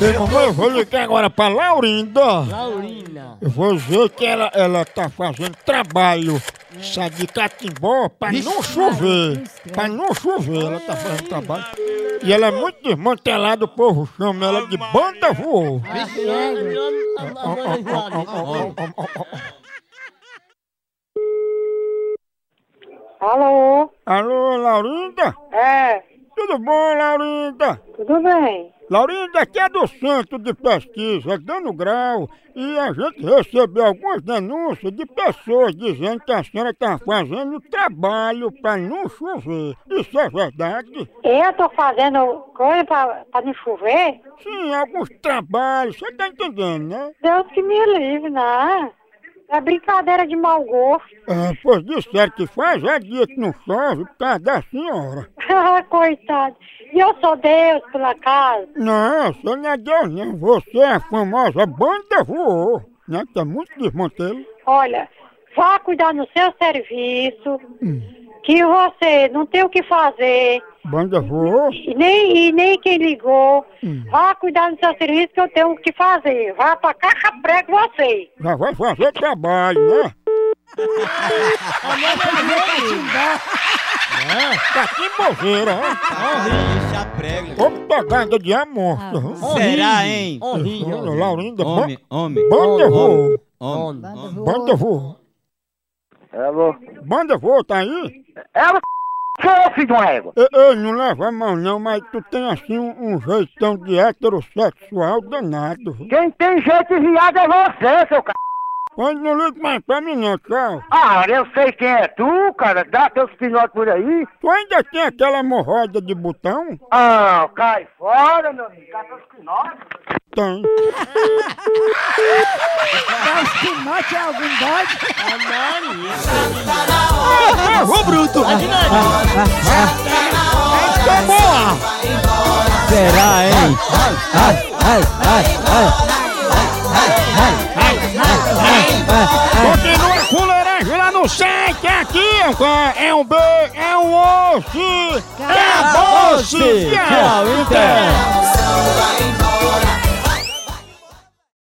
Ei, mamãe, eu vou ligar agora pra Laurinda. Laurina. Eu vou dizer que ela, ela tá fazendo trabalho, sabe, de catimbó pra não chover. Pra não chover, ela tá fazendo trabalho. E ela é muito desmantelada, o povo chama ela de banda voou. A Fiegre. A- a- a- a- a- Alô? Alô, Laurinda? É, Tudo bom, Laurinda? tudo bem? Laurinda, aqui é do Centro de Pesquisa, é dando grau, e a gente recebeu algumas denúncias de pessoas dizendo que a senhora está fazendo trabalho para não chover. Isso é verdade? Eu tô fazendo coisa pra, pra não chover? Sim, alguns trabalhos, você está entendendo, né? Deus que me livre, não. É brincadeira de mau gosto. Ah, pois disseram que faz é dia que não chove por causa da senhora. Coitado. E eu sou Deus, por acaso. Não, você não é Deus não, você é a famosa banda voou, né? Que é muito desmantelo. Olha, vá cuidar no seu serviço, que você não tem o que fazer, Hum, Banda voou. e nem, e nem quem ligou. Vá cuidar do seu serviço, que eu tenho o que fazer. Vá pra caixa prego você. Já vai fazer trabalho, né? É, tá que bobeira, ó. Deixa prego. Como pegada de amorça. viu? Será, hein? Olha, Horrível. Laurinda, ban- Homem, homem. banda voou. Homem. Banda voou. Alô? Banda voou, tá aí? Ela que é, filho de uma égua? Ei, ei, não leva a mão não, mas tu tem assim um, um jeitão de heterossexual danado. viu? Quem tem jeito de viado é você, seu c... Quando não liga mais pra mim não, tchau. Ah, eu sei quem é tu, cara. Dá teus filhotes por aí. Tu ainda tem aquela hemorroida de botão? Ah, cai fora, meu amigo. Dá teus filhotes. Tem. Ah, Ô, bruto! ah. Então, Será, hein? Continua a fuleiragem lá no site, aqui é um K, é um B, é um É O, se acabou-se, Tchau, então. Moção vai embora,